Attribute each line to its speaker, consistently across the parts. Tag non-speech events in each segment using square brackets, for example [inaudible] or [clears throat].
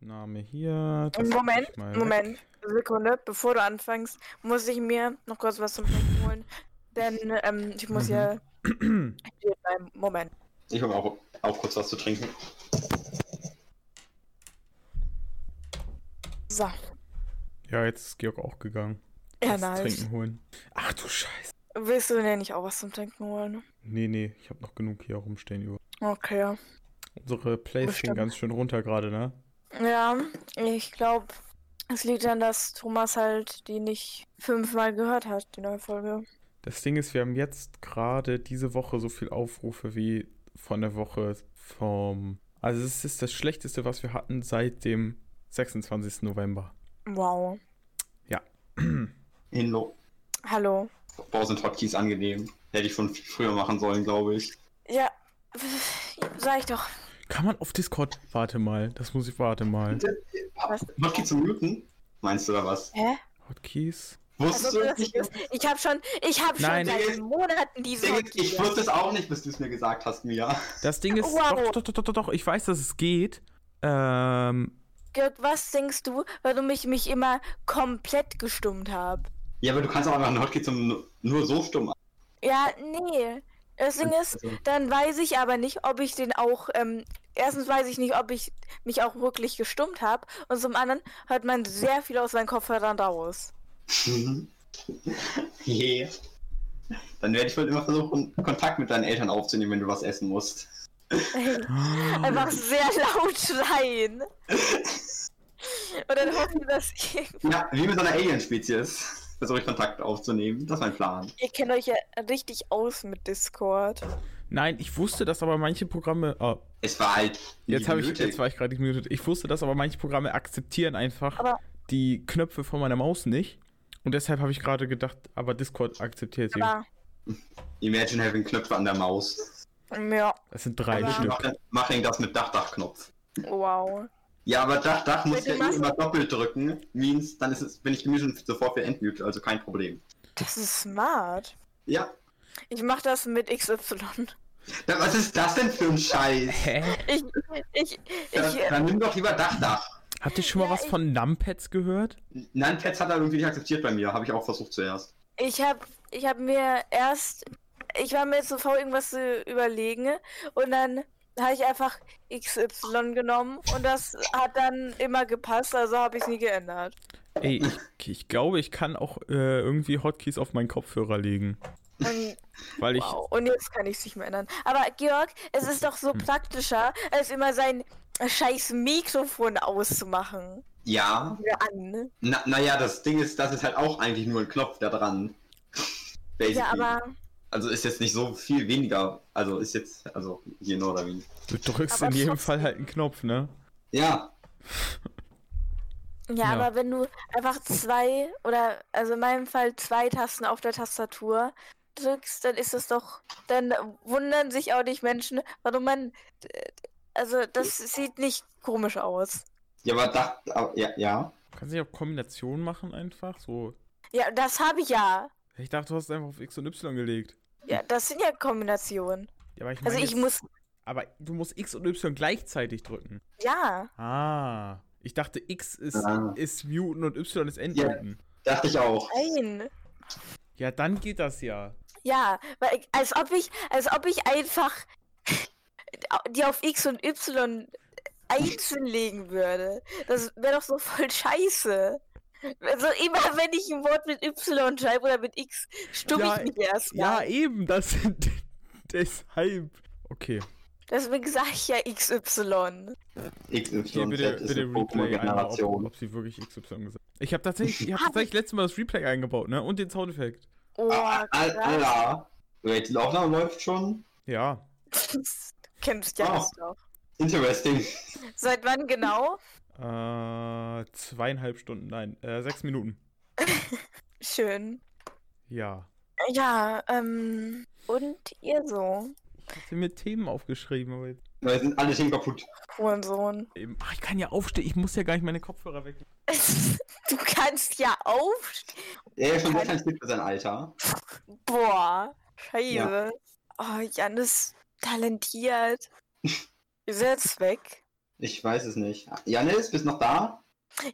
Speaker 1: Name hier. das
Speaker 2: Moment,
Speaker 1: ich mal weg.
Speaker 2: Moment, Sekunde, bevor du anfängst, muss ich mir noch kurz was zum Trinken holen. Denn ähm, ich muss
Speaker 1: Mhm. [clears throat]
Speaker 2: ja. Hier bleiben. Moment.
Speaker 3: Ich hole auch, auch kurz was zu trinken.
Speaker 2: So,
Speaker 1: Ja, jetzt ist Georg auch gegangen.
Speaker 2: ja,
Speaker 1: Was
Speaker 2: nice.
Speaker 1: Trinken holen. Ach du Scheiße.
Speaker 2: Willst du denn nicht auch was zum Trinken holen?
Speaker 1: Nee, nee, ich habe noch genug hier rumstehen über.
Speaker 2: Okay.
Speaker 1: Unsere Plays gehen
Speaker 2: Bestimmt.
Speaker 1: ganz schön runter gerade, ne?
Speaker 2: Ja, ich glaube, es liegt daran, dass Thomas halt die nicht fünfmal gehört hat, die neue Folge.
Speaker 1: Das Ding ist, wir haben jetzt gerade diese Woche so viel Aufrufe wie von der Woche vom. Also es ist das Schlechteste, was wir hatten seit dem 26. November. [clears throat]
Speaker 2: Wow.
Speaker 3: Hinlo.
Speaker 2: Hallo.
Speaker 3: Boah, sind Hotkeys angenehm. Hätte ich schon viel früher machen sollen, glaube ich.
Speaker 2: Ja, [sighs] sag ich doch.
Speaker 1: Kann man auf Discord? Warte mal, das muss ich warte mal.
Speaker 2: Was?
Speaker 3: Hotkeys zum Muten? Meinst du da was?
Speaker 2: Hä?
Speaker 1: Hotkeys.
Speaker 3: Wusstest
Speaker 2: Also,
Speaker 3: du
Speaker 2: das
Speaker 3: nicht?
Speaker 2: ist, ich habe schon, ich habe schon
Speaker 1: Nein.
Speaker 2: seit Monaten diesen
Speaker 3: Digga,
Speaker 2: Hotkey.
Speaker 3: Ich wusste es auch nicht, bis du es mir gesagt hast, Mia.
Speaker 1: Das Ding ist.
Speaker 2: Wow.
Speaker 1: Doch, doch, doch, doch, doch, doch, ich weiß, dass es geht. Ähm.
Speaker 2: Georg, was denkst du, warum ich mich immer komplett gestummt habe?
Speaker 3: Ja, aber du kannst auch einfach einen Hotkey zum Nu- nur so stumm
Speaker 2: Ja, nee. Das Ding ist,
Speaker 3: Also,
Speaker 2: dann weiß ich aber nicht, ob ich den auch, ähm, erstens weiß ich nicht, ob ich mich auch wirklich gestummt habe und zum anderen hört man sehr viel aus meinen Kopfhörern raus.
Speaker 3: Mhm. [laughs] yeah. Dann werde ich wohl immer versuchen, Kontakt mit deinen Eltern aufzunehmen, wenn du was essen musst.
Speaker 2: Einfach sehr laut schreien. Und dann hoffen wir, dass ihr,
Speaker 3: Ja, wie mit so einer Alien-Spezies versuche ich Kontakt aufzunehmen. Das ist mein Plan.
Speaker 2: ihr kennt euch ja richtig aus mit Discord.
Speaker 1: Nein, ich wusste, dass aber manche Programme. ah,
Speaker 3: Es war halt. nie
Speaker 1: Jetzt, hab ich,
Speaker 3: nötig.
Speaker 1: jetzt war ich gerade gemutet. Ich wusste das, aber manche Programme akzeptieren einfach
Speaker 2: Aber-
Speaker 1: die Knöpfe von meiner Maus nicht. Und deshalb habe ich gerade gedacht, aber Discord akzeptiert sie.
Speaker 2: Aber,
Speaker 3: Imagine having Knöpfe an der Maus.
Speaker 2: ja,
Speaker 1: Das sind drei
Speaker 2: aber-
Speaker 1: Stück.
Speaker 3: Mach- Mach ihn das mit Dach-Dach-Knopf.
Speaker 2: wow.
Speaker 3: Ja, aber Dach-Dach muss
Speaker 2: Mit
Speaker 3: ja
Speaker 2: dem
Speaker 3: eh
Speaker 2: Maus-
Speaker 3: immer doppelt drücken. Means, dann ist es, bin ich gemutet sofort für Endmute, also kein Problem.
Speaker 2: Das ist smart.
Speaker 3: Ja.
Speaker 2: Ich mach das mit XY.
Speaker 3: Da, was ist das denn für ein Scheiß?
Speaker 1: Hä?
Speaker 2: Ich, ich,
Speaker 3: Dann,
Speaker 2: ich,
Speaker 3: dann nimm doch lieber Dach-Dach.
Speaker 1: Habt ihr schon mal
Speaker 2: Ja,
Speaker 1: was
Speaker 2: ich-
Speaker 1: von Numpads gehört?
Speaker 3: Numpads hat er irgendwie nicht akzeptiert bei mir. Habe ich auch versucht zuerst.
Speaker 2: ich hab, ich hab mir erst, ich war mir jetzt so faul, irgendwas zu überlegen und dann habe ich einfach XY genommen und das hat dann immer gepasst, also habe ich nie geändert.
Speaker 1: Ey, ich, ich glaube, ich kann auch äh, irgendwie Hotkeys auf meinen Kopfhörer legen.
Speaker 2: Und,
Speaker 1: Weil ich.
Speaker 2: wow, und jetzt kann ich es nicht mehr ändern. Aber Georg, es ist doch so praktischer, als immer sein scheiß Mikrofon auszumachen.
Speaker 3: Ja,
Speaker 2: Oder an.
Speaker 3: Na, naja, das Ding ist, das ist halt auch eigentlich nur ein Knopf da dran. Basically.
Speaker 2: Ja, aber.
Speaker 3: Also ist jetzt nicht so viel weniger. Also ist jetzt, also hier nur oder wie.
Speaker 1: Du drückst
Speaker 2: Aber
Speaker 1: in jedem
Speaker 2: trotzdem-
Speaker 1: Fall halt einen Knopf, ne?
Speaker 3: Ja,
Speaker 2: Ja,
Speaker 1: Ja.
Speaker 2: aber wenn du einfach zwei oder also in meinem Fall zwei Tasten auf der Tastatur drückst, dann ist das doch, dann wundern sich auch nicht Menschen, warum man, äh, also das sieht nicht komisch aus.
Speaker 3: ja, aber da, aber, ja, ja.
Speaker 1: Kannst du nicht auch Kombinationen machen einfach? So.
Speaker 2: Ja, das habe ich ja.
Speaker 1: Ich dachte, du hast es einfach auf X und Y gelegt.
Speaker 2: Ja, das sind ja Kombinationen.
Speaker 1: Ja, aber ich
Speaker 2: Also
Speaker 1: meine
Speaker 2: ich
Speaker 1: jetzt-
Speaker 2: muss,
Speaker 1: Aber du musst X und Y gleichzeitig drücken.
Speaker 2: ja,
Speaker 1: Ah. Ich dachte, X ist,
Speaker 3: Ah.
Speaker 1: ist Muten und Y ist Endmuten.
Speaker 3: Dachte ich auch.
Speaker 2: nein.
Speaker 1: Ja, dann geht das ja.
Speaker 2: Ja, weil ich, als ob ich, als ob ich einfach [laughs] die auf X und Y einzeln legen würde. Das wäre doch so voll scheiße. Also immer wenn ich ein Wort mit Y schreibe oder mit X, stumm
Speaker 1: Ja,
Speaker 2: ich mich
Speaker 1: Ja,
Speaker 2: erstmal.
Speaker 1: eben, das sind [laughs] deshalb. Okay,
Speaker 2: Deswegen sage ich ja XY.
Speaker 3: XYZ
Speaker 1: hier bitte,
Speaker 3: ist
Speaker 1: bitte Replay
Speaker 3: eine
Speaker 1: einmal, ob,
Speaker 3: Pokémon-Generation.
Speaker 1: ob sie wirklich XY gesagt Ich habe tatsächlich,
Speaker 3: [laughs]
Speaker 1: ich hab tatsächlich letztes Mal das Replay eingebaut, ne? Und den Soundeffekt.
Speaker 2: Oh, [laughs]
Speaker 3: Ah, ah, ah,
Speaker 2: krass.
Speaker 3: ja. Wait, die Aufnahme läuft schon.
Speaker 1: Ja.
Speaker 2: Du kennst ja
Speaker 3: Ah.
Speaker 2: das doch.
Speaker 3: Interesting. [laughs]
Speaker 2: Seit wann genau?
Speaker 1: Äh, zweieinhalb Stunden, nein, äh, sechs Minuten.
Speaker 2: Schön.
Speaker 1: Ja.
Speaker 2: Ja, ähm, und ihr so,
Speaker 1: Ich hatte mir Themen aufgeschrieben, aber jetzt
Speaker 3: Wir sind alle Themen kaputt.
Speaker 2: Hurensohn. [laughs]
Speaker 1: eben. Ach, ich kann ja aufstehen, ich muss ja gar nicht meine Kopfhörer weg.
Speaker 2: Du kannst ja aufstehen.
Speaker 3: Er ist schon sehr klein Kind für sein Alter.
Speaker 2: Boah, scheiße. Oh, Jan ist talentiert. Ist er jetzt weg?
Speaker 3: Ich weiß es nicht. Janis, bist noch da?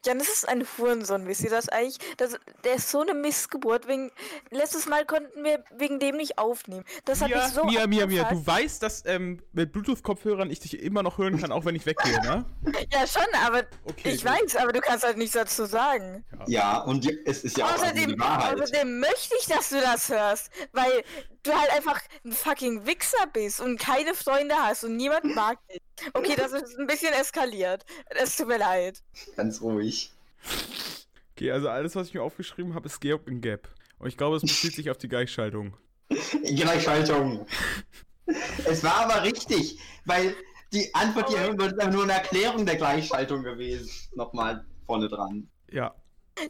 Speaker 2: Janis ist ein Hurensohn, wisst ihr das eigentlich? Das, der ist so eine Missgeburt. Wegen, letztes Mal konnten wir wegen dem nicht aufnehmen. Das hat
Speaker 1: Mia,
Speaker 2: mich so.
Speaker 1: Mia, Mia, Mia,
Speaker 2: abgefuckt.
Speaker 1: du weißt, dass ähm, mit Bluetooth-Kopfhörern ich dich immer noch hören kann, auch wenn ich weggehe, ne?
Speaker 2: Ja, schon, aber
Speaker 1: Okay.
Speaker 2: ich
Speaker 1: gut.
Speaker 2: weiß, aber du kannst halt nichts dazu sagen.
Speaker 3: Ja, und die- es ist ja auch irgendwie die
Speaker 2: außerdem,
Speaker 3: Wahrheit.
Speaker 2: außerdem möchte ich, dass du das hörst, weil du halt einfach ein fucking Wichser bist und keine Freunde hast und niemand mag dich. Okay, das ist ein bisschen eskaliert. Es tut mir leid.
Speaker 3: Ganz ruhig.
Speaker 1: Okay, also alles, was ich mir aufgeschrieben habe, ist Georg in Gap. Und ich glaube, es bezieht sich auf die Gleichschaltung.
Speaker 3: Genau, Gleichschaltung. um. es war aber richtig, weil die Antwort, die er hören wollte, ist einfach nur eine Erklärung der Gleichschaltung gewesen. Nochmal vorne dran.
Speaker 1: Ja.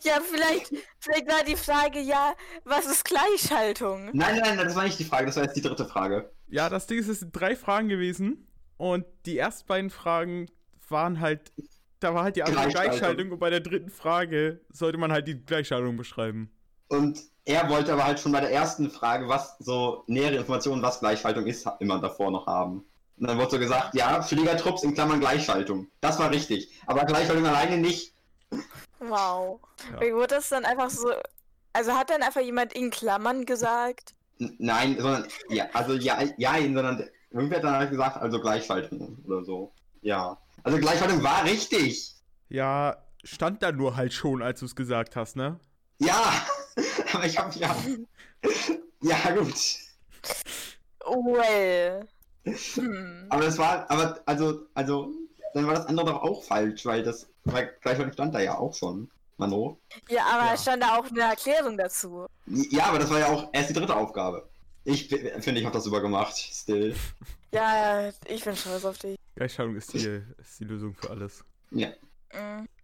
Speaker 2: Ja, vielleicht, vielleicht war die Frage ja, was ist Gleichschaltung?
Speaker 3: Nein, nein, nein, das war nicht die Frage, das war jetzt die dritte Frage.
Speaker 1: Ja, das Ding ist, es sind drei Fragen gewesen. Und die ersten beiden Fragen waren halt. Da war halt die andere
Speaker 3: Gleichschaltung.
Speaker 1: Gleichschaltung. Und bei der dritten Frage sollte man halt die Gleichschaltung beschreiben.
Speaker 3: Und er wollte aber halt schon bei der ersten Frage, was so nähere Informationen, was Gleichschaltung ist, ha- immer davor noch haben. Und dann wurde so gesagt, ja, Fliegertrupps in Klammern Gleichschaltung. Das war richtig. Aber Gleichschaltung alleine nicht.
Speaker 2: Wow.
Speaker 1: Ja.
Speaker 2: Wie Wurde das dann einfach so. Also hat dann einfach jemand in Klammern gesagt?
Speaker 3: N nein, sondern, ja, also ja, ja, sondern irgendwer hat dann halt gesagt, also Gleichschaltung oder so. Ja. Also Gleichschaltung war richtig.
Speaker 1: Ja, stand da nur halt schon, als du es gesagt hast, ne?
Speaker 3: Ja. [laughs] aber ich hab, ja. ja, gut.
Speaker 2: Well. Hm.
Speaker 3: Aber das war, aber, also, also, dann war das andere doch auch falsch, weil das, weil Gleichschaltung stand da ja auch schon. Mano.
Speaker 2: Ja, aber
Speaker 1: Ja.
Speaker 2: stand da auch eine Erklärung dazu.
Speaker 3: Ja, aber das war ja auch erst die dritte Aufgabe. Ich f- finde, ich habe das übergemacht. Still.
Speaker 2: Ja, ich bin stolz auf dich.
Speaker 1: Gleichschaltung ist die, ist die Lösung für alles.
Speaker 2: Mhm.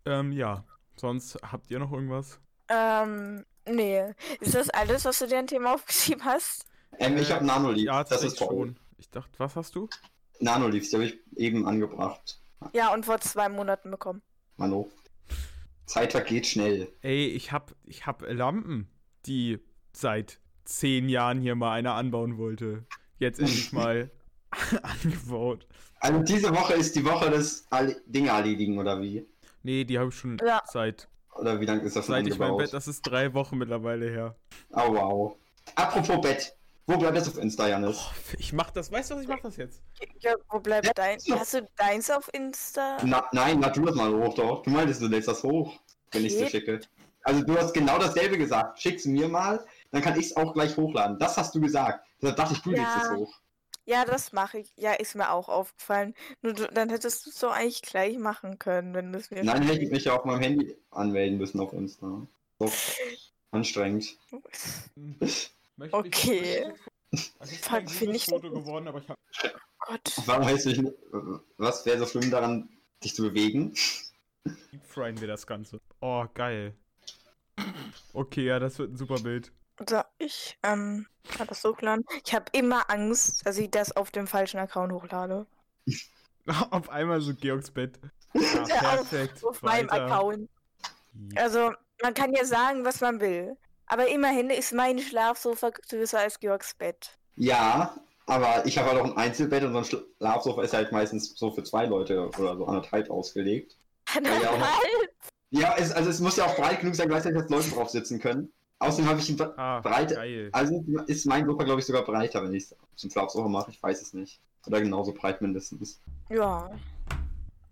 Speaker 1: Ähm, ja. Sonst habt ihr noch irgendwas?
Speaker 2: Ähm, nee. Ist das alles, was du dir ein Thema [laughs] aufgeschrieben hast?
Speaker 3: Ähm, ich
Speaker 1: Äh,
Speaker 3: habe Nanolief.
Speaker 1: Ja,
Speaker 3: das ist
Speaker 1: tatsächlich
Speaker 3: toll.
Speaker 1: schon. Ich dachte, was hast du?
Speaker 3: Nanolief, die habe ich eben angebracht.
Speaker 2: Ja, und vor zwei Monaten bekommen.
Speaker 3: Mano. Zeit vergeht schnell.
Speaker 1: Ey, ich hab, ich hab Lampen, die seit zehn Jahren hier mal einer anbauen wollte. Jetzt endlich mal [laughs] angebaut.
Speaker 3: Also diese Woche ist die Woche des Al Dinge erledigen, oder wie?
Speaker 1: Nee, die habe ich schon
Speaker 2: Ja.
Speaker 1: seit,
Speaker 3: Oder wie lange ist das schon
Speaker 1: seit ich mein
Speaker 3: angebaut?
Speaker 1: Bett, das ist drei Wochen mittlerweile her.
Speaker 3: oh, wow. Apropos Bett. Wo bleibt das auf Insta, Janis?
Speaker 1: Oh, ich mach das, weißt du was, ich mach das jetzt.
Speaker 2: Ja, wo bleibt dein? Hast du deins auf Insta?
Speaker 3: Na, nein, lad du das mal hoch, doch. Du meintest, du lädst das hoch, wenn ich es dir
Speaker 2: Okay.
Speaker 3: schicke. Also du hast genau dasselbe gesagt. Schick's mir mal, dann kann ich es auch gleich hochladen. Das hast du gesagt. Deshalb dachte ich, du
Speaker 2: Ja.
Speaker 3: lädst es hoch.
Speaker 2: Ja, das mache ich. Ja, ist mir auch aufgefallen. Nur du, dann hättest du es doch eigentlich gleich machen können, wenn du es mir.
Speaker 3: Nein, hätte ich mich ja auf meinem Handy anmelden müssen auf Insta. So. Anstrengend.
Speaker 2: Oh
Speaker 1: Hm. Möchte ich-
Speaker 2: Okay.
Speaker 1: möchte ich jetzt- Also, es ist
Speaker 2: Fuck,
Speaker 1: ein
Speaker 2: find ich-
Speaker 1: Foto geworden, aber ich hab
Speaker 2: Gott.
Speaker 3: Warum heißt du nicht, was wäre so schlimm daran, dich zu bewegen?
Speaker 1: Deepfryen wir das Ganze. Oh, geil. Okay, ja, das wird ein super Bild.
Speaker 2: So, ich ähm, kann das hochladen. Ich habe immer Angst, dass ich das auf dem falschen Account hochlade.
Speaker 1: [laughs] Auf einmal so Georgs Bett. Ja, perfekt.
Speaker 2: also Auf meinem
Speaker 1: Weiter.
Speaker 2: Account. Also, man kann ja sagen, was man will. Aber immerhin ist mein Schlafsofa größer als Georgs Bett.
Speaker 3: Ja, aber ich habe halt auch ein Einzelbett und so ein Schlafsofa ist halt meistens so für zwei Leute oder so anderthalb ausgelegt. ja, aber-
Speaker 2: Anderthalb?
Speaker 3: Ja, es, also es muss ja auch breit genug sein, gleichzeitig, dass Leute drauf sitzen können. Außerdem habe ich ein, Bre-
Speaker 1: Ah,
Speaker 3: Breite-
Speaker 1: geil.
Speaker 3: also ist mein Sofa glaube ich sogar breiter, wenn ich es zum Schlafsofa mache. Ich weiß es nicht. Oder genauso breit mindestens.
Speaker 2: ja.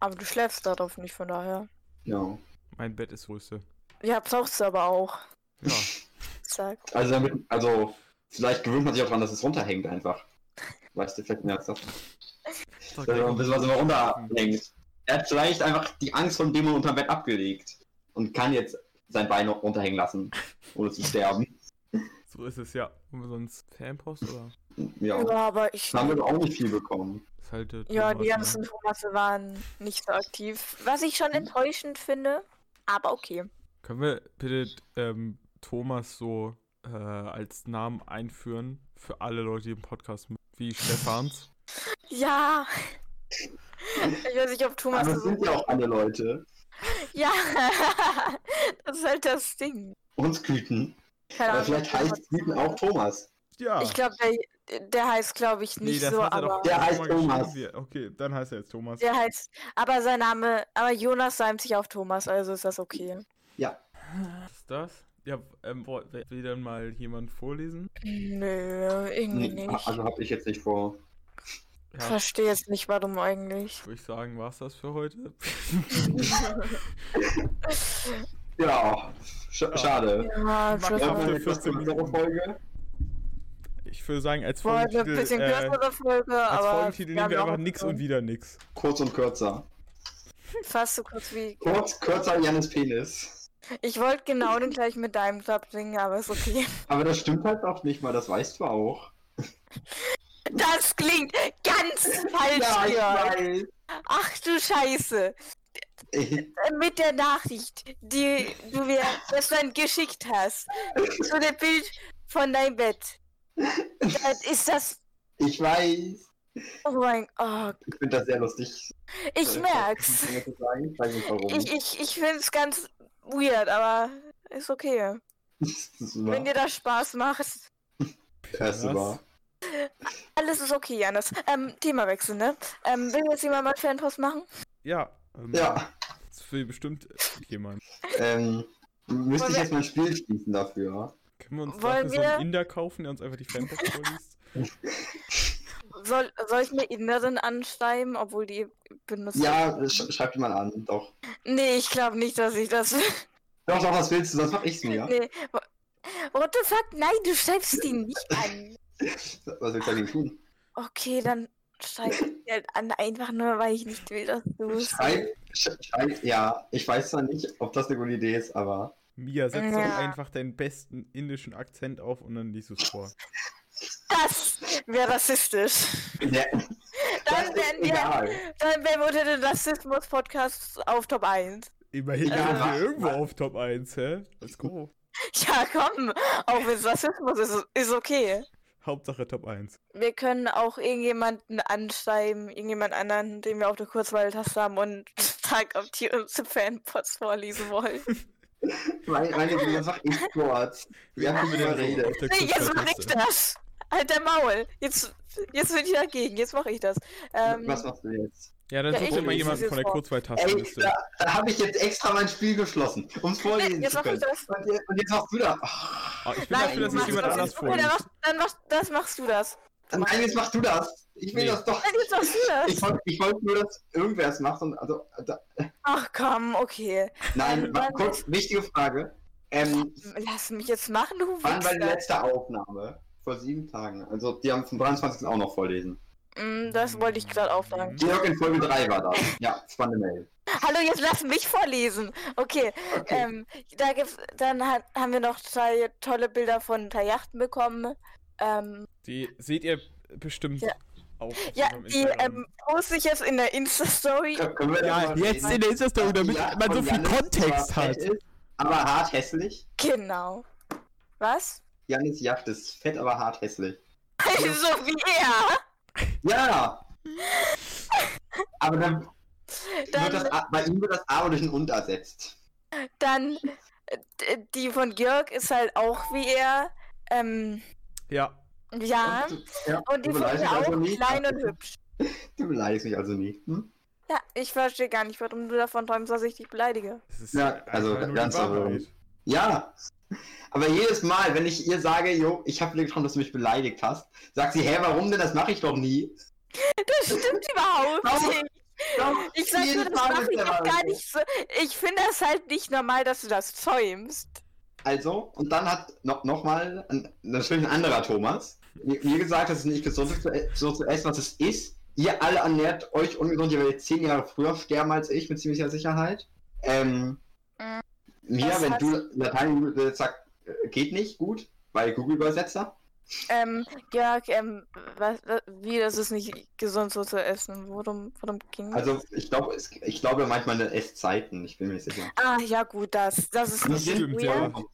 Speaker 2: Aber du schläfst darauf nicht, von daher.
Speaker 3: Ja.
Speaker 1: Mein Bett ist
Speaker 3: [laughs]
Speaker 1: Rüste.
Speaker 2: Ja, brauchst du aber auch.
Speaker 1: Ja.
Speaker 2: Sag.
Speaker 3: Also damit, also vielleicht gewöhnt man sich auch dran, dass es runterhängt einfach. Weißt du, vielleicht merkst du das.
Speaker 1: Sag
Speaker 3: Dass man ein bisschen was immer
Speaker 1: Schlafen.
Speaker 3: runterhängt. Er hat vielleicht einfach die Angst von Dämon unterm Bett abgelegt und kann jetzt sein Bein noch runterhängen lassen, ohne zu sterben.
Speaker 1: So ist es, ja. Haben wir sonst Fanpost oder?
Speaker 3: Ja.
Speaker 2: Ja, aber ich.
Speaker 3: Da haben wir doch auch nicht viel bekommen.
Speaker 1: Ist halt der
Speaker 2: Ja,
Speaker 1: Thomas,
Speaker 2: die ganzen
Speaker 3: ne?
Speaker 2: Thomasse waren nicht so aktiv. Was ich
Speaker 3: Hm.
Speaker 2: schon enttäuschend finde, aber okay.
Speaker 1: Ne? Können wir bitte ähm, Thomas so äh, als Namen einführen für alle Leute, die im Podcast mit, wie Stefans?
Speaker 2: Ja. Ich weiß nicht, ob Thomas
Speaker 3: Aber
Speaker 2: das
Speaker 3: das sind ja auch alle Leute.
Speaker 2: [laughs] Ja. Das ist halt das Ding.
Speaker 3: Uns Küten.
Speaker 2: Keine
Speaker 3: Aber
Speaker 2: Ahnung,
Speaker 3: vielleicht
Speaker 2: ob Thomas
Speaker 3: heißt Küten
Speaker 2: das
Speaker 3: auch Thomas.
Speaker 1: Ja.
Speaker 2: Ich glaube, der, der heißt, glaube ich, nicht so,
Speaker 1: hat er
Speaker 2: aber.
Speaker 1: doch
Speaker 3: Der heißt halt
Speaker 1: schon mal geschrieben.
Speaker 3: Thomas.
Speaker 1: Wir- Okay, dann heißt er jetzt Thomas.
Speaker 2: Der heißt, aber sein Name, aber Jonas reimt sich auf Thomas, also ist das okay.
Speaker 3: Ja.
Speaker 1: Was ist das? Ja, ähm, wo- will will dann mal jemand vorlesen?
Speaker 2: Nö, irgendwie
Speaker 3: Nee,
Speaker 2: nicht.
Speaker 3: also habe ich jetzt nicht vor.
Speaker 2: Ich
Speaker 1: Ja,
Speaker 2: verstehe jetzt nicht, warum eigentlich.
Speaker 1: würde ich sagen, war's das für
Speaker 2: [laughs]
Speaker 1: heute.
Speaker 3: Ja, sch schade.
Speaker 2: Ja,
Speaker 1: Mach auf
Speaker 2: das
Speaker 3: Ja.
Speaker 1: Ja.
Speaker 2: war
Speaker 1: den
Speaker 3: eine etwas
Speaker 1: 14
Speaker 3: kürzere
Speaker 1: Minuten.
Speaker 3: Folge.
Speaker 1: Ich würde sagen, als
Speaker 2: war eine
Speaker 1: Folgentitel,
Speaker 2: bisschen
Speaker 1: äh,
Speaker 2: kürzere Folge,
Speaker 1: als
Speaker 2: aber.
Speaker 1: Folgentitel
Speaker 2: wir
Speaker 1: nehmen wir
Speaker 2: haben
Speaker 1: einfach
Speaker 2: auch
Speaker 1: nix und wieder nix.
Speaker 3: Kurz und kürzer.
Speaker 2: Fast so kurz wie.
Speaker 3: Kurz, kürzer Janis Penis.
Speaker 2: Ich wollte genau den gleichen mit deinem Club bringen, aber ist okay. [laughs]
Speaker 3: Aber das stimmt halt auch nicht mal, das weißt du auch.
Speaker 2: Das klingt ganz falsch, Jörg.
Speaker 3: ich
Speaker 2: Ach du Scheiße.
Speaker 3: weiß.
Speaker 2: mit der Nachricht, die du mir gestern geschickt hast, zu dem Bild von deinem
Speaker 3: [laughs]
Speaker 2: Bett. Das ist das.
Speaker 3: Ich weiß.
Speaker 2: Oh mein Gott.
Speaker 3: Ich finde das sehr lustig.
Speaker 2: Ich
Speaker 3: äh,
Speaker 2: merk's.
Speaker 3: Dinge zu sagen. Ich weiß nicht warum.
Speaker 2: Ich, ich, ich find's ganz weird, aber ist okay.
Speaker 3: das ist wahr.
Speaker 2: Wenn dir das Spaß macht.
Speaker 3: Das ist
Speaker 1: Was?
Speaker 3: wahr.
Speaker 2: Alles ist okay, Janis. Ähm, Themawechsel, ne? Ähm, will jetzt jemand mal Fanpost machen?
Speaker 1: Ja. Ähm,
Speaker 3: Ja,
Speaker 1: Das will bestimmt jemand.
Speaker 3: ähm, müsste
Speaker 2: Wollen
Speaker 3: ich
Speaker 2: wir-
Speaker 3: jetzt mal ein Spiel schließen dafür.
Speaker 1: Können wir uns
Speaker 2: Wollen
Speaker 1: dafür so einen
Speaker 2: wir-
Speaker 1: Inder kaufen, der uns einfach die Fanpost vorliest?
Speaker 2: Soll, soll ich mir Inneren anschreiben, obwohl die benutzt
Speaker 3: Ja, sch schreib die mal an. Doch.
Speaker 2: Nee, ich glaube nicht, dass ich das.
Speaker 3: Doch, doch, was willst du? Sonst mach ich's mir.
Speaker 2: Nee. What the fuck? Nein, du schreibst die nicht an.
Speaker 3: Was willst du dagegen tun?
Speaker 2: Okay, dann schreib die halt an, einfach nur, weil ich nicht will, dass du es.
Speaker 3: Schreib, sch schreib, ja, ich weiß zwar nicht, ob das eine gute Idee ist, aber
Speaker 2: [laughs]
Speaker 1: Mia, setz doch
Speaker 2: Ja.
Speaker 1: einfach deinen besten indischen Akzent auf und dann liest du es vor.
Speaker 2: Das wäre rassistisch.
Speaker 3: ja, das
Speaker 2: Dann
Speaker 3: ist
Speaker 2: wären wir,
Speaker 3: [laughs] egal.
Speaker 2: dann wären wir unter den Rassismus-Podcasts auf Top 1.
Speaker 1: Immerhin
Speaker 3: Ja.
Speaker 1: sind wir irgendwo auf Top 1, hä? Let's
Speaker 2: Oh.
Speaker 1: go.
Speaker 2: Ja, komm, auch wenn es Rassismus ist, ist okay.
Speaker 1: Hauptsache Top 1.
Speaker 2: Wir können auch irgendjemanden anschreiben, irgendjemand anderen, den wir auf der Kurzwahltaste haben und [laughs] sagen, ob die uns Fanpods vorlesen
Speaker 3: [laughs]
Speaker 2: wollen.
Speaker 3: Meine, meine Güte, das mach ich kurz. Wir haben
Speaker 1: Wieder
Speaker 3: darüber
Speaker 1: so
Speaker 3: redet.
Speaker 1: auf der
Speaker 2: Nee, jetzt mach ich
Speaker 1: Kurzverkiste.
Speaker 2: das. Halt dein Maul. Jetzt, jetzt bin ich dagegen. Jetzt mache ich das. Ähm,
Speaker 3: Was machst du jetzt?
Speaker 1: Ja, dann
Speaker 2: Ja,
Speaker 1: such
Speaker 2: ich
Speaker 1: dir mal
Speaker 2: lese
Speaker 1: jemanden
Speaker 2: es
Speaker 1: von der Ah,
Speaker 2: vor.
Speaker 3: Ey,
Speaker 1: Kurzwahltastenliste.
Speaker 3: da, da habe ich jetzt extra mein Spiel geschlossen, ums vorlesen
Speaker 2: jetzt
Speaker 3: zu
Speaker 2: mach ich
Speaker 3: können.
Speaker 2: das.
Speaker 3: Und, ihr- und jetzt machst du das. Oh, Ach,
Speaker 1: Ah, ich bin
Speaker 2: Nein,
Speaker 1: dafür, dass
Speaker 2: du
Speaker 1: es
Speaker 2: machst
Speaker 1: jemand
Speaker 2: das
Speaker 1: anders
Speaker 2: jetzt. Okay, dann
Speaker 1: vorliest.
Speaker 2: machst, dann machst, das machst du das.
Speaker 3: nein, jetzt machst du das. Ich will
Speaker 1: Nee.
Speaker 3: das doch.
Speaker 2: Dann jetzt machst du
Speaker 3: Ich
Speaker 2: das.
Speaker 3: wollte ich wollte nur, dass irgendwer es macht. Und also, da,
Speaker 2: Ach komm, okay.
Speaker 3: nein, wa-
Speaker 2: Mann.
Speaker 3: kurz, wichtige Frage. Ähm,
Speaker 2: Lass mich jetzt machen, du
Speaker 3: wann war die
Speaker 2: Wichser.
Speaker 3: letzte Aufnahme? Vor sieben Tagen. Also, die haben vom 23. auch noch vorlesen.
Speaker 2: Mm, Das wollte ich gerade aufsagen.
Speaker 3: Georg in Folge 3 war das. Ja, spannende Mail.
Speaker 2: Hallo, jetzt lass mich vorlesen. Okay,
Speaker 3: Okay.
Speaker 2: ähm, da gibt's, dann ha- haben wir noch drei tolle Bilder von drei Yachten bekommen. Ähm,
Speaker 1: Die seht ihr bestimmt
Speaker 2: Ja.
Speaker 1: auf
Speaker 2: ja,
Speaker 1: unserem
Speaker 2: die
Speaker 1: Instagram.
Speaker 2: ähm, poste ich jetzt in der Insta-Story.
Speaker 3: Kö- können wir
Speaker 1: Ja,
Speaker 3: darüber
Speaker 1: jetzt
Speaker 3: reden?
Speaker 1: in der Insta-Story, damit
Speaker 3: Ja,
Speaker 1: man so
Speaker 3: und
Speaker 1: viel
Speaker 3: Janis
Speaker 1: Kontext
Speaker 3: zwar
Speaker 1: hat.
Speaker 3: fett Ist, aber hart hässlich.
Speaker 2: Genau. Was? [laughs]
Speaker 3: Janis Jacht ist fett, aber hart hässlich.
Speaker 2: Also wie er.
Speaker 3: Ja! aber dann, wird das
Speaker 2: Dann,
Speaker 3: A, bei ihm wird das A durch ein Und ersetzt.
Speaker 2: dann äh, d- die von Georg ist halt auch wie er. Ähm,
Speaker 1: Ja,
Speaker 2: ja.
Speaker 3: Und, ja,
Speaker 2: Und die
Speaker 3: du
Speaker 2: von
Speaker 3: beleidigst
Speaker 2: mir
Speaker 3: mich
Speaker 2: auch
Speaker 3: also nie.
Speaker 2: klein und hübsch.
Speaker 3: Du beleidigst mich also nie. Hm?
Speaker 2: Ja, ich verstehe gar nicht, warum du davon träumst, dass ich dich beleidige.
Speaker 1: es ist
Speaker 3: Ja, also
Speaker 1: einfach nur
Speaker 3: ganz
Speaker 1: die Wahrheit.
Speaker 3: aber- Ja! Aber jedes Mal, wenn ich ihr sage, jo, ich habe gedacht, dass du mich beleidigt hast, sagt sie, hä, warum denn? Das mache ich
Speaker 2: [laughs]
Speaker 3: doch nie.
Speaker 2: Das stimmt [laughs] überhaupt
Speaker 3: Doch,
Speaker 2: nicht.
Speaker 3: Doch,
Speaker 2: Ich sag nur,
Speaker 3: jedes
Speaker 2: das
Speaker 3: Mal
Speaker 2: mache
Speaker 3: ist
Speaker 2: ich
Speaker 3: der
Speaker 2: doch gar
Speaker 3: Wahrheit.
Speaker 2: nicht so. Ich finde es halt nicht normal, dass du das träumst.
Speaker 3: Also, und dann hat no, nochmal natürlich ein anderer Thomas mir mir gesagt, dass es nicht gesund ist, zu e- so zu essen, was es ist. Ihr alle ernährt euch ungesund, ihr werdet zehn Jahre früher sterben als ich, mit ziemlicher Sicherheit. Ähm,
Speaker 2: Mhm.
Speaker 3: Mia,
Speaker 2: Was
Speaker 3: wenn
Speaker 2: hast-
Speaker 3: du Latein äh, sagt, äh, geht nicht gut, bei Google-Übersetzer.
Speaker 2: Ähm, Georg, ähm, was, was- wie, das ist nicht gesund so zu essen. Worum, worum ging das?
Speaker 3: Also, ich glaube, es- ich glaube manchmal eine Esszeiten, ich bin mir nicht sicher.
Speaker 2: Ah, ja, gut, das, das ist
Speaker 1: Das
Speaker 2: nicht
Speaker 1: stimmt,
Speaker 2: weird.
Speaker 1: ja.
Speaker 2: Und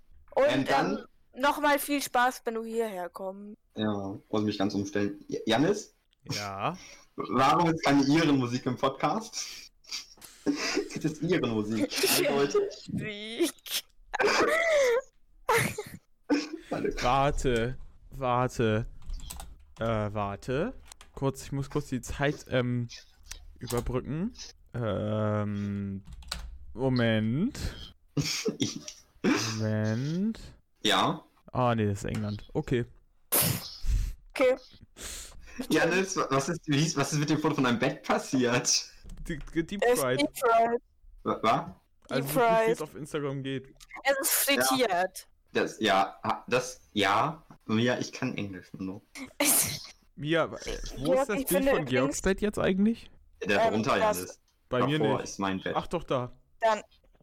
Speaker 3: Ähm, dann-
Speaker 2: ähm, nochmal viel Spaß, wenn du hierher kommst.
Speaker 3: Ja, muss mich ganz umstellen. J- Janis,
Speaker 1: Ja,
Speaker 3: warum ist keine Iren-Musik im Podcast? [laughs] Es ist Iren-Musik. Eindeutig.
Speaker 2: Sieg.
Speaker 3: Warte.
Speaker 1: warte, warte. Äh, warte. Kurz, ich muss kurz die Zeit ähm, überbrücken. Ähm, Moment. Moment.
Speaker 3: Ja.
Speaker 1: Ah, nee, das ist England. Okay.
Speaker 2: Okay.
Speaker 3: Janis, was ist, wie hieß- was ist mit dem Foto von deinem Bett passiert?
Speaker 1: Die- die Deep
Speaker 2: Es ist
Speaker 1: Fried.
Speaker 2: deep fried.
Speaker 3: Wa- wa?
Speaker 1: Also, so
Speaker 2: fried.
Speaker 1: wie es auf Instagram geht.
Speaker 2: Es ist frittiert. [laughs]
Speaker 3: Das, ja, ha- das, ja. Mia, ich kann Englisch nur.
Speaker 1: Mia, äh, wo
Speaker 2: Georg,
Speaker 1: ist das
Speaker 2: ich
Speaker 1: Bild
Speaker 2: finde
Speaker 1: von Georgs
Speaker 2: übrigens-
Speaker 1: Bett jetzt eigentlich?
Speaker 3: Der
Speaker 2: Ähm,
Speaker 3: darunter,
Speaker 2: das-
Speaker 3: Janis.
Speaker 1: Bei mir
Speaker 3: Davor
Speaker 1: nicht.
Speaker 3: ist mein Bett.
Speaker 1: Ach doch, da.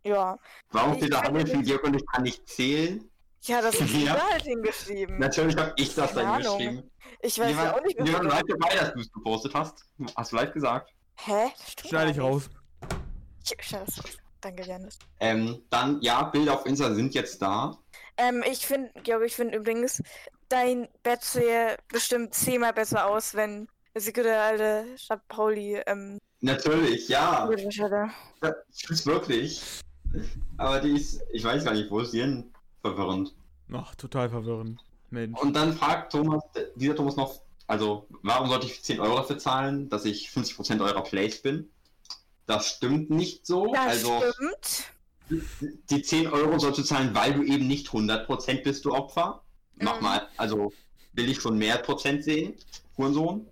Speaker 2: ja.
Speaker 3: Warum
Speaker 2: ich
Speaker 3: steht da
Speaker 2: kann
Speaker 3: alles für
Speaker 2: nicht.
Speaker 3: Georg und ich kann nicht zählen?
Speaker 2: Ja, das ist
Speaker 3: Ja.
Speaker 2: ja. halt hingeschrieben.
Speaker 3: Natürlich habe ich das
Speaker 2: Keine
Speaker 3: dann
Speaker 2: Ahnung.
Speaker 3: geschrieben.
Speaker 2: Ich weiß ja auch nicht,
Speaker 3: wir waren
Speaker 2: du-
Speaker 3: live dabei, dass du es gepostet hast. Hast du live gesagt?
Speaker 2: Hä? Das stimmt
Speaker 1: Schneide ich
Speaker 2: gar nicht.
Speaker 1: raus.
Speaker 2: Ich- Schneid das raus. Danke, Janis.
Speaker 3: Ähm, dann, ja, Bilder auf Insta sind jetzt da.
Speaker 2: Ähm, ich finde, Georg, ich finde übrigens, dein Bett sähe bestimmt zehnmal besser aus, wenn die gute alte Stadt Pauli ähm,
Speaker 3: Natürlich, ja.
Speaker 2: gewünscht hätte.
Speaker 3: Ich es wirklich. Aber die ist, ich weiß gar nicht, wo ist die hin? Verwirrend.
Speaker 1: Ach, total verwirrend. Mensch.
Speaker 3: Und dann fragt Thomas, dieser Thomas noch, also, warum sollte ich 10 Euro dafür zahlen, dass ich 50% eurer Plays bin? Das stimmt nicht so.
Speaker 2: Das
Speaker 3: also,
Speaker 2: stimmt.
Speaker 3: die 10 Euro sollst du zahlen, weil du eben nicht 100% bist, du Opfer.
Speaker 2: Mhm.
Speaker 3: Nochmal, also, will ich schon mehr Prozent sehen, Hurensohn?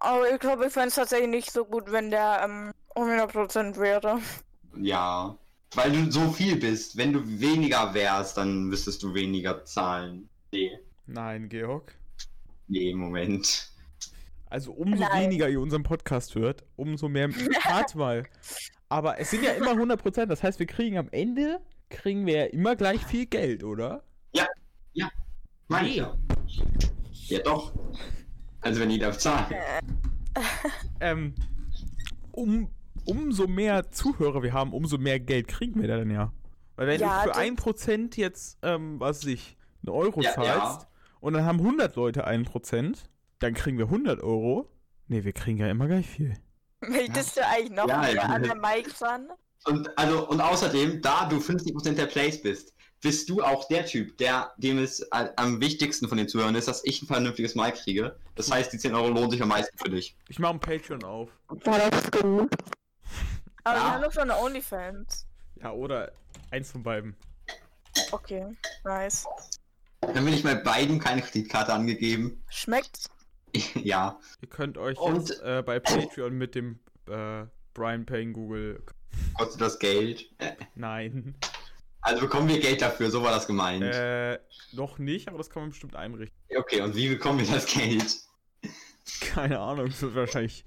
Speaker 2: Aber ich glaube, ich fände es tatsächlich nicht so gut, wenn der ähm, 100% wäre. [laughs]
Speaker 3: Ja. Weil du so viel bist. Wenn du weniger wärst, dann müsstest du weniger zahlen. Nee.
Speaker 1: Nein, Georg.
Speaker 3: Nee, Moment.
Speaker 1: Also umso
Speaker 2: Nein.
Speaker 1: weniger ihr unseren Podcast hört, umso
Speaker 2: [laughs]
Speaker 1: mehr. Warte mal. Aber es sind ja immer 100%. Das heißt, wir kriegen am Ende, kriegen wir ja immer gleich viel Geld, oder?
Speaker 3: Meine ich ja. Ja, doch. Also, wenn jeder zahlt.
Speaker 1: Ähm, um, umso mehr Zuhörer wir haben, umso mehr Geld kriegen wir da dann ja. Weil wenn
Speaker 2: Ja,
Speaker 1: du für
Speaker 2: das-
Speaker 1: 1% jetzt, ähm, was weiß ich, einen Euro
Speaker 3: Ja, ja.
Speaker 1: zahlst und dann haben 100 Leute 1%, dann kriegen wir 100 Euro. Nee, wir kriegen ja immer gleich viel.
Speaker 2: Möchtest du eigentlich noch
Speaker 3: Ja, halt-
Speaker 2: mehr
Speaker 3: ja.
Speaker 2: an der Mike sein?
Speaker 3: Und, also, und außerdem, da du 50% der Plays bist, bist du auch der Typ, der, dem es a- am wichtigsten von den Zuhörern ist, dass ich ein vernünftiges Mal kriege. Das heißt, die 10 Euro lohnen sich am meisten für dich.
Speaker 1: Ich mache ein Patreon auf.
Speaker 2: War das gut? Aber
Speaker 3: Ja.
Speaker 2: wir haben doch schon eine OnlyFans.
Speaker 1: Ja, oder eins von beiden.
Speaker 2: Okay, nice.
Speaker 3: Dann will ich bei beiden keine Kreditkarte angegeben. [laughs]
Speaker 2: Schmeckt?
Speaker 3: ja.
Speaker 1: Ihr könnt euch
Speaker 3: Und-
Speaker 1: jetzt äh, bei Patreon mit dem äh, Brian Payne Google.
Speaker 3: Kostet das Geld? Äh,
Speaker 1: Nein.
Speaker 3: Also bekommen wir Geld dafür, so war das gemeint.
Speaker 1: Äh, noch nicht, aber das kann man bestimmt einrichten.
Speaker 3: Okay, und wie bekommen wir das Geld?
Speaker 1: Keine Ahnung, das wird wahrscheinlich.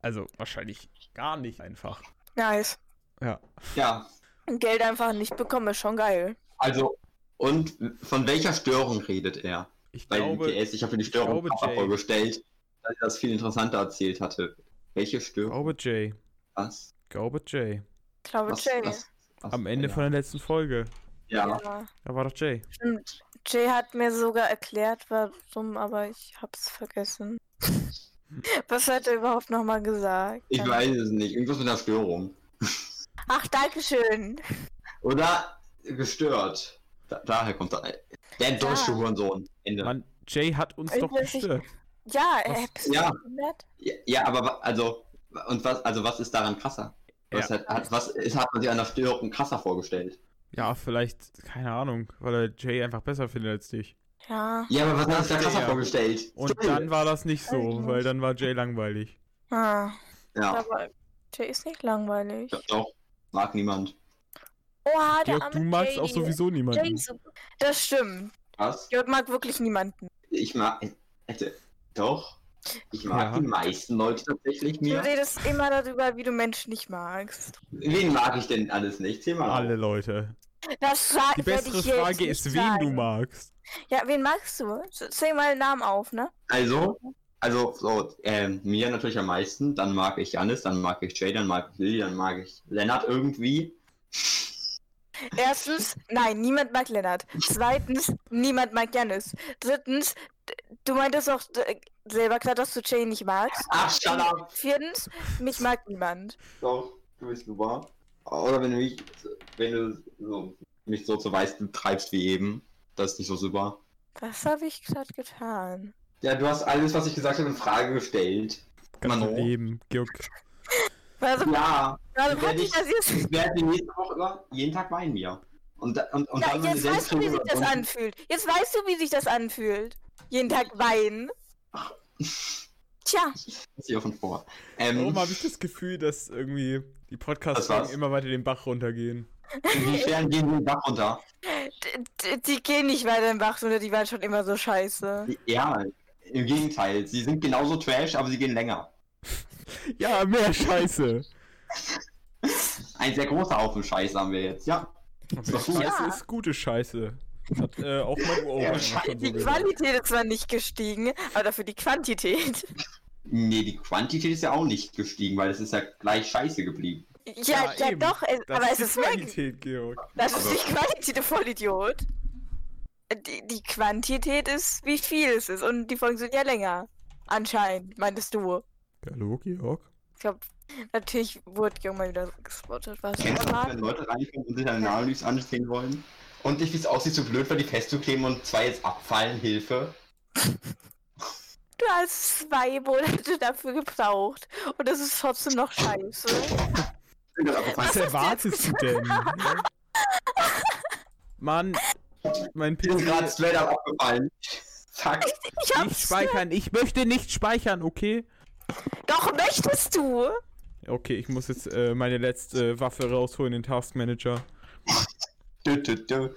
Speaker 1: Also wahrscheinlich gar nicht einfach.
Speaker 2: Nice.
Speaker 1: Ja.
Speaker 3: Ja,
Speaker 2: Geld einfach nicht bekommen, ist schon geil.
Speaker 3: also, und von welcher Störung redet er?
Speaker 1: Ich
Speaker 3: Bei
Speaker 1: glaube,
Speaker 3: UPS, ich habe mir die
Speaker 1: ich
Speaker 3: Störung
Speaker 1: glaube,
Speaker 3: Papa
Speaker 1: Jay.
Speaker 3: vorgestellt, weil er das viel interessanter erzählt hatte. Welche Störung?
Speaker 1: glaube Jay.
Speaker 3: Was?
Speaker 1: Glaube Jay.
Speaker 2: Ich glaube,
Speaker 3: was,
Speaker 2: Jay.
Speaker 3: was- was-
Speaker 1: Am Ende
Speaker 3: ja.
Speaker 1: von der letzten Folge.
Speaker 3: Ja,
Speaker 2: Ja.
Speaker 1: Da war doch Jay.
Speaker 2: Stimmt. Jay hat mir sogar erklärt, warum, aber ich hab's
Speaker 3: [laughs]
Speaker 2: vergessen. Was hat er überhaupt nochmal gesagt?
Speaker 3: ich weiß es nicht. Irgendwas mit einer Störung.
Speaker 2: Ach, Dankeschön.
Speaker 3: Oder gestört. Da, daher kommt er. Der deutsche Hurensohn. Ende.
Speaker 1: Mann, Jay hat uns
Speaker 2: Ich
Speaker 1: doch
Speaker 2: weiß nicht.
Speaker 1: gestört.
Speaker 2: Ja, er bist
Speaker 3: Ja.
Speaker 2: du behindert?
Speaker 3: Ja, ja, aber wa- also, und was, also was ist daran krasser? Was, hat, hat, was ist, hat man sich an der Störung krasser vorgestellt?
Speaker 1: Ja, vielleicht, keine Ahnung, weil er Jay einfach besser findet als dich.
Speaker 2: Ja.
Speaker 3: Ja, aber was hat man sich da
Speaker 1: Ja.
Speaker 3: krasser vorgestellt?
Speaker 1: Und
Speaker 3: Sorry.
Speaker 1: dann war das nicht so,
Speaker 2: Also.
Speaker 1: weil dann war Jay langweilig.
Speaker 2: Ah,
Speaker 3: ja,
Speaker 2: aber Jay ist nicht langweilig.
Speaker 3: doch, mag niemand.
Speaker 2: Oha, der
Speaker 1: Georg,
Speaker 2: arme
Speaker 1: du magst
Speaker 2: Jay.
Speaker 1: auch sowieso
Speaker 2: Jay
Speaker 1: niemanden.
Speaker 2: ist so- Das stimmt.
Speaker 3: Was?
Speaker 2: Georg mag wirklich niemanden.
Speaker 3: Ich mag. Hätte, doch. Ich mag
Speaker 1: Ja.
Speaker 3: die meisten Leute tatsächlich
Speaker 2: Du
Speaker 3: mir.
Speaker 2: redest immer darüber, wie du Menschen nicht magst.
Speaker 3: Wen mag ich denn alles nicht? Zähl mal. auf.
Speaker 1: Alle Leute.
Speaker 2: Das sa-
Speaker 1: Die
Speaker 2: werd
Speaker 1: bessere
Speaker 2: ich jetzt
Speaker 1: Frage
Speaker 2: nicht
Speaker 1: ist, wen
Speaker 2: sagen.
Speaker 1: du magst.
Speaker 2: Ja, wen magst du? Z- Zähl mal einen Namen auf, ne?
Speaker 3: Also, also so, ähm, mir natürlich am meisten. Dann mag ich Janis, dann mag ich Jay, dann mag ich Lilly, dann mag ich Lennart irgendwie.
Speaker 2: Erstens, nein, niemand mag Lennart. Zweitens, niemand mag Janis. Drittens, d- du meintest auch d- selber klar, dass du Jay nicht magst.
Speaker 3: Ach, shut up!
Speaker 2: Viertens, mich mag niemand.
Speaker 3: Doch, du bist super. Oder wenn du mich, wenn du so, mich so zu Weißen treibst wie eben, das ist nicht so super.
Speaker 2: Was habe ich gerade getan?
Speaker 3: Ja, du hast alles, was ich gesagt habe, in Frage gestellt.
Speaker 1: Ganze
Speaker 3: Mano.
Speaker 1: Leben, Juck.
Speaker 2: Also,
Speaker 3: Ja,
Speaker 2: also
Speaker 3: werde
Speaker 2: hatte ich
Speaker 3: ich-
Speaker 2: das jetzt.
Speaker 3: ich werde die nächste Woche immer jeden Tag weinen wir. Und, da- und, und
Speaker 2: Ja,
Speaker 3: dann meine
Speaker 2: jetzt weißt du, wie sich das
Speaker 3: Selbstkritiker-
Speaker 2: anfühlt. Jetzt weißt du, wie sich das anfühlt. Jeden Tag weinen. Tja,
Speaker 3: Das hier von vor. Ähm,
Speaker 1: Warum habe ich das Gefühl, dass irgendwie die
Speaker 3: Das war's.
Speaker 1: Podcasts immer weiter den Bach runtergehen?
Speaker 3: inwiefern gehen wir den Bach runter?
Speaker 2: d- d- die gehen nicht weiter in Bach, sondern die waren schon immer so scheiße.
Speaker 3: Ja, im Gegenteil. Sie sind genauso trash, aber sie gehen länger.
Speaker 1: Ja, mehr Scheiße.
Speaker 3: Ein sehr großer Haufen Scheiß haben wir jetzt, ja.
Speaker 1: Und
Speaker 3: doch gut.
Speaker 1: Scheiße
Speaker 2: Ja.
Speaker 1: ist gute Scheiße. Das hat äh, auch mein Ohr
Speaker 3: Ja,
Speaker 1: ja,
Speaker 3: Scheiße,
Speaker 1: schon so
Speaker 2: Die
Speaker 1: gesagt.
Speaker 2: Qualität ist zwar nicht gestiegen, aber dafür die Quantität.
Speaker 3: Nee, die Quantität ist ja auch nicht gestiegen, weil es ist ja gleich scheiße geblieben.
Speaker 2: Ja,
Speaker 1: Ja,
Speaker 2: ja,
Speaker 1: eben.
Speaker 2: doch, es,
Speaker 1: Das
Speaker 2: aber es
Speaker 1: die
Speaker 2: ist weg.
Speaker 1: Qualität, Georg.
Speaker 2: Das ist
Speaker 3: Also-
Speaker 2: die Qualität, du Vollidiot. Die, die Quantität ist, wie viel es ist. Und die Folgen sind ja länger. Anscheinend, meintest du.
Speaker 1: Hallo, Georg.
Speaker 2: Ich glaube, natürlich wurde Jung mal wieder gespottet. Was
Speaker 3: Kennst du das,
Speaker 2: war
Speaker 3: wenn Leute reinkommen und sich eine Analyse ansehen wollen? Und nicht, wie es aussieht, so blöd war, die festzukleben und zwei jetzt abfallen, Hilfe.
Speaker 2: Du hast zwei Monate dafür gebraucht. Und das ist trotzdem noch scheiße.
Speaker 3: Sind das abgefallen?
Speaker 1: Was erwartest du denn? Mann, mein
Speaker 3: Die sind gerade
Speaker 1: PC.
Speaker 3: straight up abgefallen. Zack.
Speaker 2: Ich
Speaker 1: Nicht
Speaker 2: hab's.
Speaker 1: speichern. Ich möchte nicht speichern, okay?
Speaker 2: Doch, möchtest
Speaker 1: [laughs]
Speaker 2: du?
Speaker 1: Okay, ich muss jetzt äh, meine letzte Waffe rausholen, den Taskmanager.
Speaker 3: Dö, dö, dö.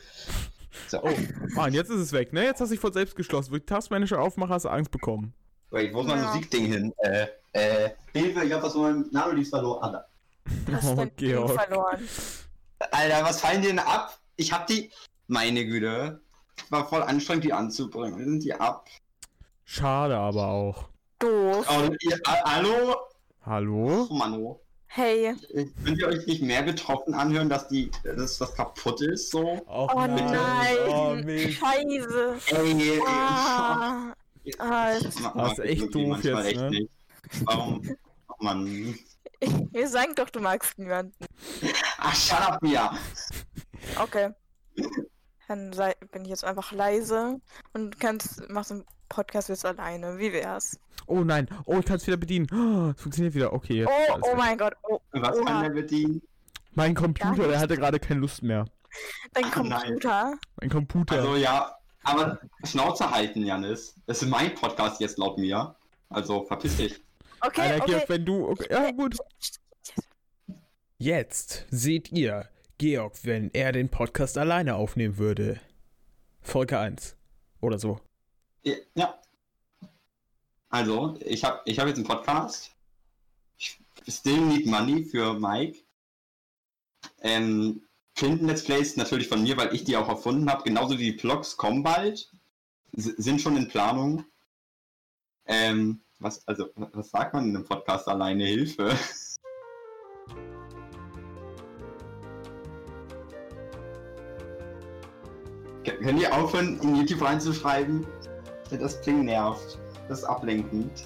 Speaker 3: So.
Speaker 1: Oh, Mann, jetzt ist es weg, ne? Jetzt hast du dich von selbst geschlossen. Wo ich Taskmanager aufmache, hast du Angst bekommen.
Speaker 3: Wait, wo ist mein
Speaker 2: Ja.
Speaker 3: Musikding hin? Äh, äh, Hilfe, ich hab was von meinem Nanolies verloren. Ah, da.
Speaker 2: Du hast
Speaker 1: Oh,
Speaker 2: dein Ding
Speaker 1: Georg.
Speaker 2: verloren.
Speaker 3: Alter, was fallen denen ab? Ich hab die. Meine Güte. War voll anstrengend, die anzubringen. Sind die ab?
Speaker 1: Schade aber auch.
Speaker 2: Doof.
Speaker 3: Oh, ihr, a- hallo?
Speaker 1: Hallo?
Speaker 3: Oh, Mano.
Speaker 2: Hey.
Speaker 3: Äh, Könnt ihr euch nicht mehr betroffen anhören, dass die, dass was kaputt ist, so?
Speaker 1: Och,
Speaker 2: Oh nein.
Speaker 1: Oh, Äh, Mist.
Speaker 2: scheiße.
Speaker 3: Ey, ey,
Speaker 2: Ah.
Speaker 3: ey.
Speaker 2: ah,
Speaker 3: Das macht
Speaker 1: das ist
Speaker 3: man
Speaker 1: echt
Speaker 3: irgendwie
Speaker 1: doof
Speaker 3: manchmal
Speaker 1: jetzt, ne?
Speaker 3: nicht. Warum? Oh, Mann.
Speaker 2: Wir sagen doch, du magst niemanden.
Speaker 3: Ach, shut up, Mia.
Speaker 2: Okay. Dann sei, bin ich jetzt einfach leise und kannst, machst einen Podcast jetzt alleine. Wie wär's?
Speaker 1: Oh nein. Oh, ich kann es wieder bedienen. Oh, es funktioniert wieder. Okay, jetzt.
Speaker 2: Oh,
Speaker 1: alles
Speaker 2: oh
Speaker 1: weg.
Speaker 2: mein Gott. Oh,
Speaker 3: Was
Speaker 2: Oha.
Speaker 3: kann der bedienen?
Speaker 1: Mein
Speaker 2: Gar
Speaker 1: Computer, der hatte gerade keine Lust mehr.
Speaker 2: dein
Speaker 3: Ah, nein.
Speaker 2: Computer.
Speaker 1: Mein Computer.
Speaker 3: Also ja, aber Schnauze halten, Janis. Das ist mein Podcast jetzt laut mir. Also verpiss dich.
Speaker 2: Okay,
Speaker 1: Alter,
Speaker 2: okay.
Speaker 1: Georg, wenn du. Okay, ja, gut. Jetzt seht ihr Georg, wenn er den Podcast alleine aufnehmen würde. Folge 1. Oder so.
Speaker 3: Ja. Also, ich habe ich hab jetzt einen Podcast. Ich- Still Need Money für Mike. Ähm, Clinton Let's Plays natürlich von mir, weil ich die auch erfunden habe. Genauso wie die Blogs kommen bald. S sind schon in Planung. Ähm, was, also, was sagt man in einem Podcast alleine? Hilfe. [laughs] Können die aufhören, in YouTube reinzuschreiben? Ja, Das Ding nervt. Das ist ablenkend. [laughs]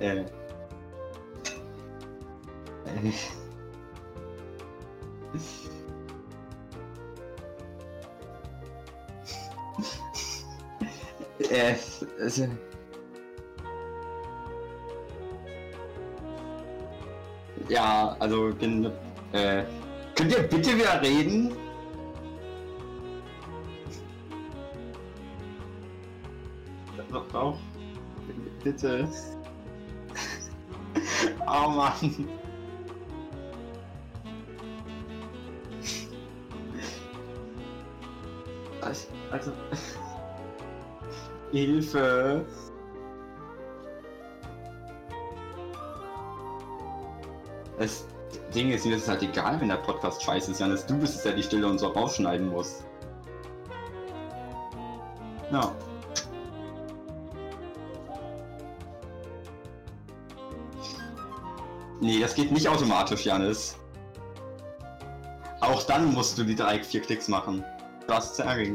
Speaker 3: äh. [laughs] Äh. äh. Also. Ja, also ich bin. Äh. Könnt ihr bitte wieder reden? Doch, doch. Bitte. Oh Mann. Also. also Hilfe. Das Ding ist, mir ist es halt egal, wenn der Podcast scheiße ist, Janis. Du bist es ja die Stille und so rausschneiden musst. Ja. Nee, das geht nicht automatisch, Janis. Auch dann musst du die drei, vier Klicks machen. Das ist ärgerlich.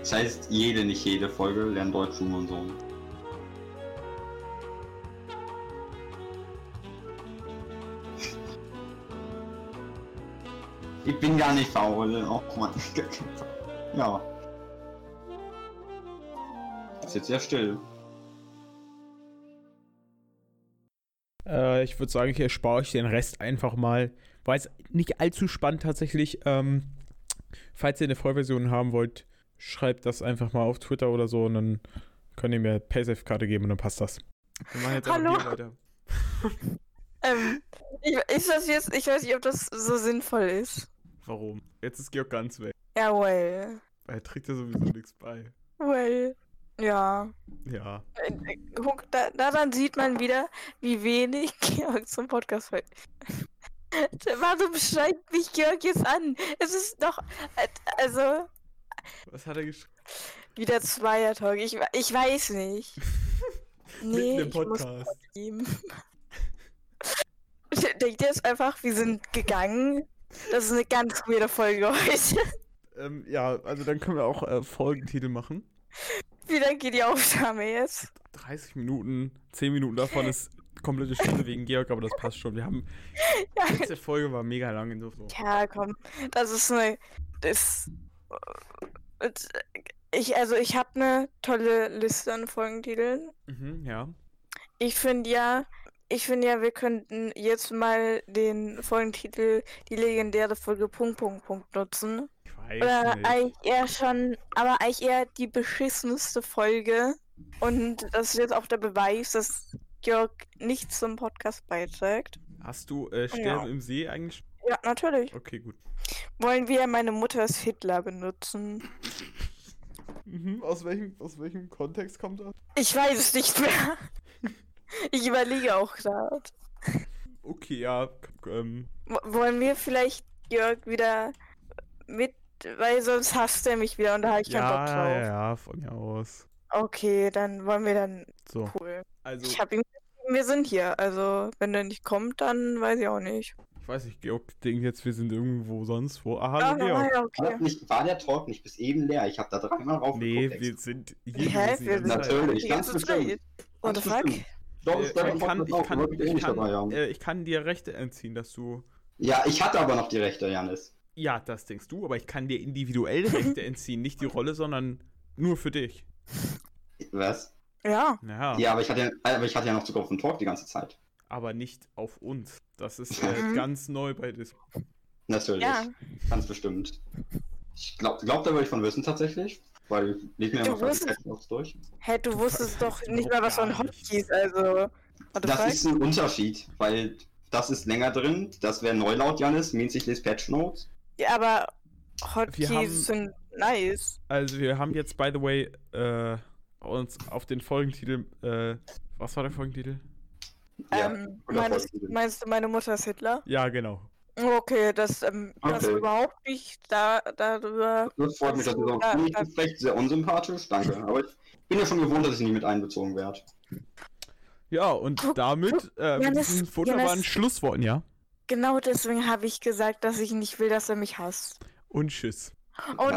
Speaker 3: Das heißt, jede, nicht jede Folge lernt Deutsch, Schumann und so. Ich bin gar nicht faul. Oh Mann. [laughs] Ja. Ist jetzt sehr still.
Speaker 4: Äh, ich würde sagen, ich erspare euch den Rest einfach mal. War jetzt nicht allzu spannend tatsächlich. Ähm, falls ihr eine Vollversion haben wollt, schreibt das einfach mal auf Twitter oder so und dann könnt ihr mir PaySafe-Karte geben und dann passt das.
Speaker 1: Wir machen jetzt
Speaker 2: Hallo.
Speaker 1: einfach hier weiter.
Speaker 2: Ähm, ich, ist das jetzt, ich weiß nicht, ob das so sinnvoll ist.
Speaker 1: Warum? Jetzt ist Georg ganz weg.
Speaker 2: Ja, well.
Speaker 1: Er trägt ja sowieso nichts bei.
Speaker 2: Well. Ja. Äh,
Speaker 1: Ja.
Speaker 2: Guck, da, daran sieht man wieder, wie wenig [laughs] Georg zum Podcast fällt. [laughs] Warum schreibt mich Georg jetzt an? Es ist doch. Also,
Speaker 1: Was hat er geschrieben?
Speaker 2: wieder Zweier-Talk. Ich, we- ich weiß nicht.
Speaker 1: [laughs]
Speaker 2: Nee,
Speaker 1: Mitten im
Speaker 2: ich muss
Speaker 1: Podcast.
Speaker 2: ihm. [laughs] Denkt ihr jetzt einfach, wir sind gegangen? Das ist eine ganz weirde Folge heute. [laughs]
Speaker 1: Ähm, ja, also dann können wir auch äh, Folgentitel machen.
Speaker 2: Wie lange geht die Aufnahme jetzt?
Speaker 1: 30 Minuten, 10 Minuten davon ist komplette Stunde wegen Georg, aber das passt schon. Wir
Speaker 2: [laughs]
Speaker 1: haben. Die letzte Folge war mega lang insofern.
Speaker 2: Ja, komm. Das ist eine. Das. Und Ich, also ich habe eine tolle Liste an Folgentiteln.
Speaker 1: Mhm, ja.
Speaker 2: Ich finde ja, ich finde ja, wir könnten jetzt mal den Folgentitel die legendäre Folge Punkt Punkt Punkt nutzen.
Speaker 1: Ich weiß
Speaker 2: Oder
Speaker 1: nicht.
Speaker 2: eigentlich eher schon, aber eigentlich eher die beschissenste Folge. Und das ist jetzt auch der Beweis, dass Georg nicht zum Podcast beiträgt.
Speaker 1: Hast du äh, Sterben
Speaker 2: Ja.
Speaker 1: im See eigentlich?
Speaker 2: Ja, natürlich.
Speaker 1: Okay, gut.
Speaker 2: Wollen wir meine Mutter als Hitler benutzen?
Speaker 1: Mhm, aus, welchem, aus welchem Kontext kommt das?
Speaker 2: Ich weiß es nicht mehr. [laughs] Ich überlege auch gerade.
Speaker 1: Okay, ja. k- Ähm,
Speaker 2: W- Wollen wir vielleicht Jörg wieder mit, weil sonst hasst er mich wieder und da habe ich keinen
Speaker 1: ja,
Speaker 2: Bock drauf.
Speaker 1: ja, ja, von mir aus.
Speaker 2: Okay, dann wollen wir dann
Speaker 1: So,
Speaker 2: cool.
Speaker 1: also,
Speaker 2: Ich habe ihm wir sind hier, also wenn er nicht kommt, dann weiß ich auch nicht.
Speaker 1: ich weiß nicht, Georg denkt jetzt, wir sind irgendwo sonst wo. Ah,
Speaker 2: Ah,
Speaker 1: hallo, Georg.
Speaker 2: ja,
Speaker 3: War, das
Speaker 2: okay.
Speaker 3: nicht, war der Talk nicht bis eben leer? Ich habe da dreimal rauf
Speaker 1: Nee, wir sind hier.
Speaker 2: Hä?
Speaker 1: gewesen die
Speaker 2: Wir
Speaker 1: ganze
Speaker 2: sind-
Speaker 1: Zeit.
Speaker 3: Natürlich,
Speaker 2: Die
Speaker 3: ganz
Speaker 2: ganze Zeit.
Speaker 3: bestimmt.
Speaker 2: What the
Speaker 3: Ganz
Speaker 2: fuck?
Speaker 3: bestimmt. Doch,
Speaker 1: Äh,
Speaker 3: ich glaube,
Speaker 1: ich, kann,
Speaker 3: ich
Speaker 1: ich,
Speaker 3: auch,
Speaker 1: kann,
Speaker 3: wollte ich
Speaker 1: ich,
Speaker 3: nicht dabei
Speaker 1: kann,
Speaker 3: haben.
Speaker 1: äh, ich kann dir Rechte entziehen, dass du.
Speaker 3: Ja, ich hatte aber noch die Rechte, Janis.
Speaker 1: Ja, das denkst du, aber ich kann dir individuell
Speaker 2: [laughs]
Speaker 1: Rechte entziehen. Nicht die Rolle, sondern nur für dich.
Speaker 3: Was?
Speaker 2: Ja.
Speaker 1: Ja,
Speaker 3: Ja, aber ich hatte, ja- aber ich hatte ja noch Zugriff auf den Talk die ganze Zeit.
Speaker 1: aber nicht auf uns. Das ist äh,
Speaker 2: Mhm.
Speaker 1: ganz neu bei Dis.
Speaker 3: Natürlich.
Speaker 2: Ja.
Speaker 3: Ganz bestimmt. Ich glaub, glaubt da würde ich von wissen tatsächlich. Weil ich lese mir
Speaker 2: Du
Speaker 3: immer fast die
Speaker 2: wusstest-
Speaker 3: Textbox durch.
Speaker 2: Hä, du,
Speaker 1: Du
Speaker 2: wusstest doch
Speaker 1: weißt
Speaker 2: nicht
Speaker 1: überhaupt
Speaker 2: mal, was so ein
Speaker 1: gar
Speaker 2: Hot
Speaker 1: nichts.
Speaker 2: hieß, also. What the
Speaker 3: Das
Speaker 2: fuck?
Speaker 3: ist ein Unterschied, weil das ist länger drin, das wäre Neulaut, Janis, means ich lese Patch Notes.
Speaker 2: Ja, aber
Speaker 1: Wir haben-
Speaker 2: Hotkeys sind nice.
Speaker 1: Also wir haben jetzt, by the way, äh, uns auf den Folgentitel, äh, was war der Folgentitel?
Speaker 3: Ja,
Speaker 2: ähm,
Speaker 3: oder
Speaker 2: meinst,
Speaker 3: Hotkeys.
Speaker 2: meinst du, meine Mutter ist Hitler?
Speaker 1: Ja, genau.
Speaker 2: Okay, das, ähm, das
Speaker 3: Okay.
Speaker 2: überhaupt nicht da, darüber.
Speaker 3: Das freut mich, dass du
Speaker 2: Ja,
Speaker 3: sagst, nicht
Speaker 2: ja.
Speaker 3: vielleicht sehr unsympathisch, danke. Aber ich bin ja schon gewohnt, dass ich nicht mit einbezogen werde.
Speaker 1: Ja, und
Speaker 2: Guck,
Speaker 1: damit äh, mit
Speaker 2: Johannes,
Speaker 1: diesen wunderbaren
Speaker 2: Johannes.
Speaker 1: Schlussworten, ja.
Speaker 2: Genau deswegen habe ich gesagt, dass ich nicht will, dass er mich hasst.
Speaker 1: Und tschüss.
Speaker 2: Oh